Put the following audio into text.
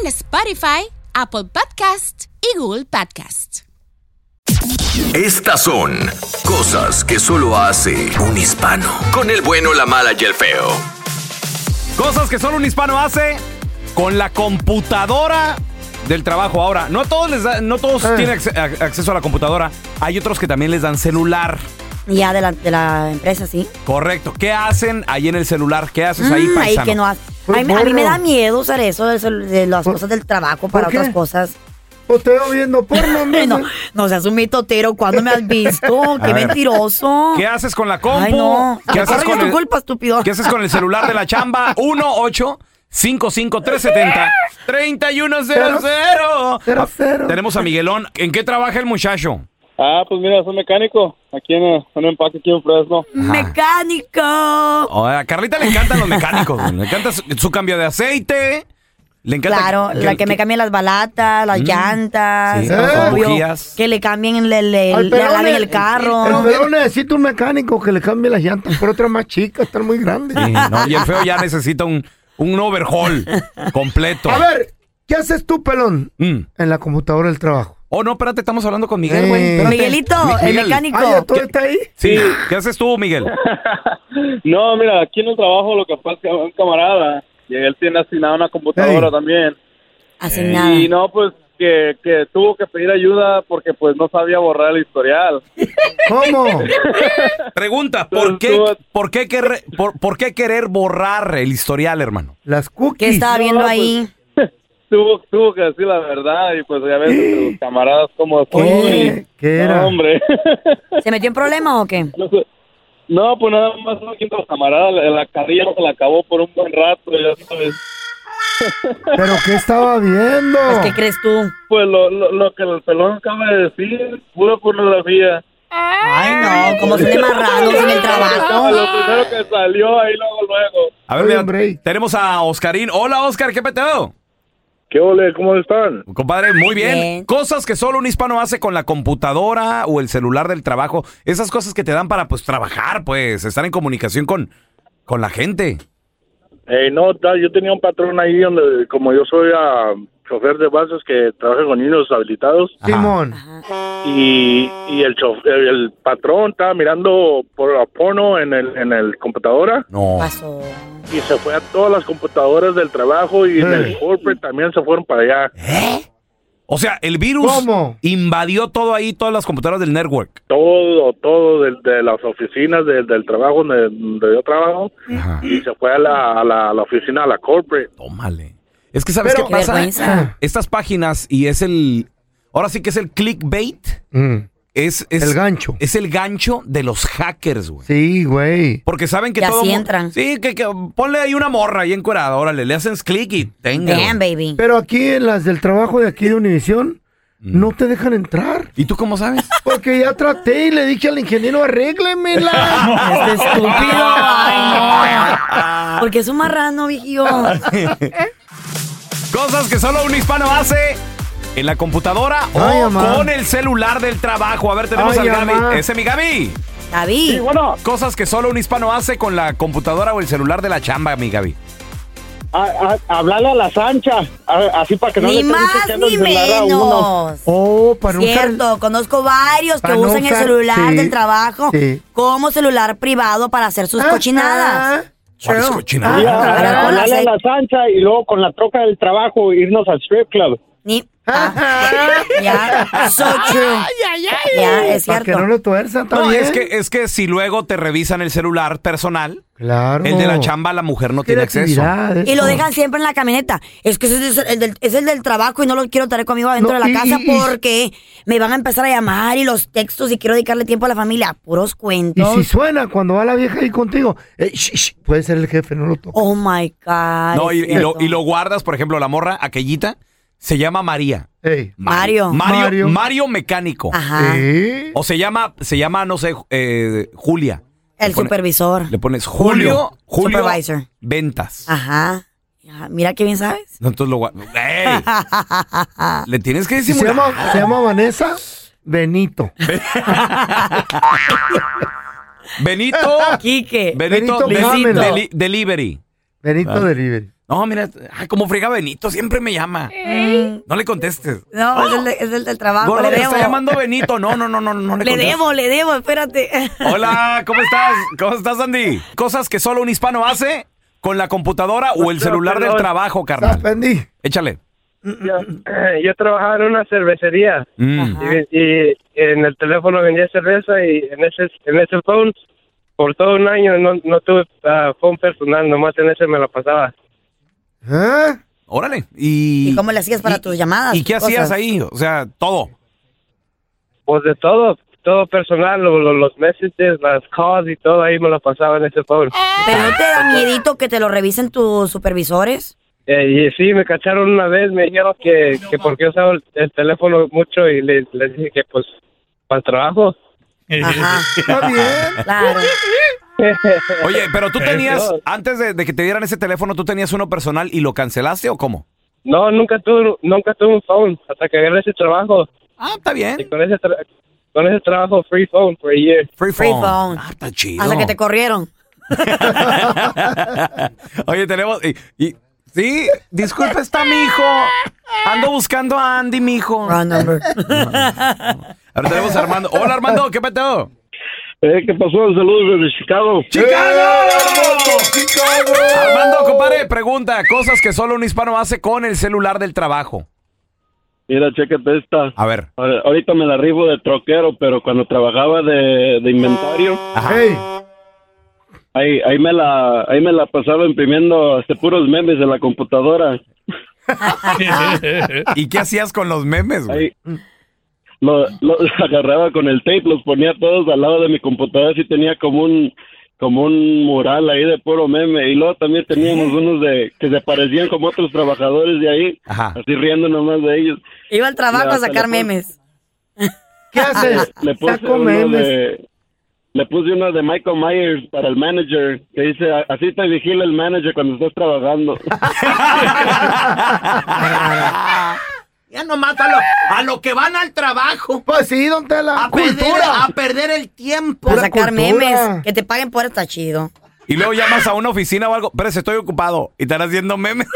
en Spotify, Apple Podcast y Google Podcast. Estas son cosas que solo hace un hispano. Con el bueno, la mala y el feo. Cosas que solo un hispano hace con la computadora del trabajo. Ahora, no a todos les da- no todos Eh. tienen acce- ac- acceso a la computadora. Hay otros que también les dan celular. Ya de la, de la empresa, sí. Correcto. ¿Qué hacen ahí en el celular? ¿Qué haces Pues ahí, Mm, ahí paisano? que no hace. Pues A mí, a mí me da miedo usar eso del celu- de las cosas del trabajo para ¿Por qué? otras cosas. Pues te veo viendo porno, hombre. No, no seas un mitotero, ¿cuándo me has visto? A ¡Qué ver. mentiroso! ¿Qué haces con la compu? Ay, no. ¿Qué Ahora haces es con tu el culpa, estúpido. ¿Qué haces con el celular de la chamba? 1 8 55 370 Cero, 3100 cero. Tenemos a Miguelón. ¿En qué trabaja el muchacho? Ah, pues mira, soy mecánico. Aquí en eh, un empaque, aquí en Ah. Fresno. ¡Mecánico! Oh, a Carlita le encantan los mecánicos. güey. Le encanta su, su cambio de aceite. Le encanta. Claro, la que me cambia las balatas, las Mm. llantas, Sí, ¿Eh? los las bujías. que le cambien el, el, el- Al la pelón lana en le- el carro. El pelón necesita un mecánico que le cambie las llantas por otras más chicas, están muy grandes. Sí, no, y el feo ya necesita un, un overhaul completo. A ver, ¿qué haces tú, pelón? Mm. En la computadora del trabajo. Oh, no, espérate, estamos hablando con Miguel, Eh. güey. espérate. Miguelito, Mi- el Miguel. mecánico. Ah, ya todo está ahí. Sí, ¿qué haces tú, Miguel? No, mira, aquí en el trabajo lo que pasa es que un camarada, y él tiene asignada una computadora Ey. Ah. también. Así nada. Y no, pues que, que tuvo que pedir ayuda porque pues no sabía borrar el historial. ¿Cómo? Pregunta, ¿por Tú- qué, tú- por, qué querer, por, por qué querer borrar el historial, hermano? Las cookies. ¿Qué estaba no, viendo pues, ahí? Tuvo, tuvo que decir la verdad y pues ya ves, entre los camaradas como... ¿Qué? ¿Qué No, era? hombre. pues. ¿Se metió en problemas o qué? No sé. No, pues nada más uno que los camaradas, la, la carrilla se la acabó por un buen rato, ya sabes. ¿Pero qué estaba viendo? Pues, ¿Qué crees tú? Pues lo, lo, lo que el pelón acaba de decir, pura pornografía. Ay, no, como son de marranos en el Ah, trabajo. Lo primero que salió ahí luego, luego. A ver, Oye, mira, hombre. tenemos a Oscarín. Hola, Oscar, ¿qué peteo? ¿Qué ole? ¿Cómo están? Compadre, muy bien. Bien. Cosas que solo un hispano hace con la computadora o el celular del trabajo. Esas cosas que te dan para, pues, trabajar, pues, estar en comunicación con, con la gente. Eh, no, ta- yo tenía un patrón ahí donde, como yo soy ah, chofer de bases que trabaja con niños habilitados, Ajá. Simón. y, y el, chof- el, el patrón estaba mirando por porno en el, en el computadora No. Pasó. y se fue a todas las computadoras del trabajo y en Eh. el corporate también se fueron para allá. O sea, el virus ¿Cómo? invadió todo ahí, todas las computadoras del network. Todo, todo de, de las oficinas del- del trabajo donde, donde yo trabajo Ajá. y se fue a la, a la, a la oficina, a la corporate. Tómale. Es que, ¿sabes Pero- qué Qué pasa? vergüenza. Estas páginas y es el... Ahora sí que es el clickbait. Mm. Es, es- El gancho. Es el gancho de los hackers, güey. Sí, güey. Porque saben que Y todo así mu- entran. Sí, que, que ponle ahí una morra ahí encuerada, órale, le haces clic y tenga. Damn, baby. Pero aquí en las del trabajo de aquí de Univisión, Mm. no te dejan entrar. ¿Y tú cómo sabes? Porque ya traté y le dije al ingeniero, arréglemela. Este estúpido. Ay, no. Porque es un marrano, viejillo. Cosas que solo un hispano hace en la computadora Ay, o amá. con el celular del trabajo. A ver, tenemos Ay, al Gaby. amá. Ese mi Gaby. David. Bueno, Cosas que solo un hispano hace con la computadora o el celular de la chamba, mi Gaby. a, a- hablarle a la Sancha, a- así para que no Ni le estén más chequeando ni el celular a uno. menos. Oh, para un car- Cierto, conozco varios que para no usan el usar- celular sí, del trabajo sí. como celular privado para hacer sus Ah, cochinadas. ah. ¿Cuál es Ah, cochinada? trabajar a Jalarle las a seis. la sancha y luego con la troca del trabajo irnos al strip club. Ni- ah, ya, so true. Ya, es Para que cierto. no lo tuerza, está No, bien. es que, es que si luego te revisan el celular personal, Claro. el de la chamba, la mujer no tiene acceso. Creatividad, Y lo eso. dejan siempre en la camioneta. Es que ese es el del, es el del trabajo y no lo quiero traer conmigo adentro No, de y- la casa y- y- porque me van a empezar a llamar y los textos y quiero dedicarle tiempo a la familia. Puros Y si cuentos. suena cuando va la vieja ahí contigo, eh, sh- sh, puede ser el jefe, no lo toques. Oh my God. No, es y, y lo, cierto. y lo guardas, por ejemplo, la morra, aquellita, se llama María. Ey. Mario. Mario. Mario, Mario. Mecánico. Ajá. Sí. O se llama, se llama, no sé, eh, Julia. El Le pone- supervisor. Le pones Julio, Julio, Supervisor. Ah. Ventas. Ajá. Ajá. Mira qué bien sabes. No, Entonces lo guardas. Le tienes que Si decir se llama, se llama Vanessa Benito. Benito, Quique. Benito, Benito, Deli- dámelo. Deli- Delivery. Benito Delivery. No, mira, ay, como friega Benito, siempre me llama. No le contestes. Mm, No, es el, de- es el del trabajo. Gordo, Ah, le te debo. está llamando Benito. No, no, no, no, no le Le contestes. debo, le debo, espérate. Hola, ¿cómo estás? ¿Cómo estás, Andy? Cosas que solo un hispano hace con la computadora o el celular del trabajo, ¿Estás, carnal. Bendy? Échale. Yo, yo trabajaba en una cervecería Mm. y, y en el teléfono vendía cerveza y en ese, en ese phone, por todo un año no, no tuve ah, phone personal, nomás en ese me la pasaba. ¿Eh? Órale. ¿Y, ¿Y cómo le hacías para tus llamadas, ¿Y qué tus hacías cosas? ahí? O sea, todo. Pues de todo, todo personal, lo- lo- los messages, las calls y todo ahí me la pasaba en ese phone. ¿Pero no te da miedito que te lo revisen tus supervisores? Eh, y sí, me cacharon una vez, me dijeron que, que porque usaba el, el teléfono mucho y le- les dije que pues para el trabajo. Ajá. Eh. Está bien. Claro. Oye, pero tú tenías, antes de, de que te dieran ese teléfono, ¿tú tenías uno personal y lo cancelaste o cómo? No, nunca tuve, nunca tuve un phone hasta que agarré ese trabajo. Ah, está Y bien. con ese, tra- con ese trabajo, free phone for a year. Free Free phone. phone. Ah, está chido. Hasta que te corrieron. Oye, tenemos... Y, y- sí, disculpa, está mi hijo. Ando buscando a Andy, mi hijo. Wrong number. Ahora tenemos a Armando. Hola, Armando, ¿qué peteo? Eh, ¿Qué pasó? Saludos desde Chicago. ¡Eh! Armando, compadre, pregunta. Cosas que solo un hispano hace con el celular del trabajo. Mira, chécate esta. A ver. Ahora- Ahorita me la ribo de troquero, pero cuando trabajaba de, de inventario, Ey, ahí, ahí, me la, ahí me la pasaba imprimiendo este, puros memes de la computadora. ¿Y qué hacías con los memes, güey? Ahí lo- los agarraba con el tape, los ponía todos al lado de mi computadora, así tenía como un como un mural ahí de puro meme y luego también teníamos unos de que se parecían como otros trabajadores de ahí, Ajá. así riendo nomás de ellos. Iba al trabajo Ya, a sacar teléfono. memes. ¿qué Ah, haces? Ah, Le puse Saco uno memes. de le puse uno de Michael Myers para el manager que dice así te vigila el manager cuando estás trabajando. Ya no mátalo. A lo que van al trabajo. Pues sí, don Tela. Ah, A perder, a perder el tiempo. Para Pura sacar cultura. memes. Que te paguen por estar chido. Y luego llamas a una oficina o algo. Pero estoy ocupado. Y están haciendo memes.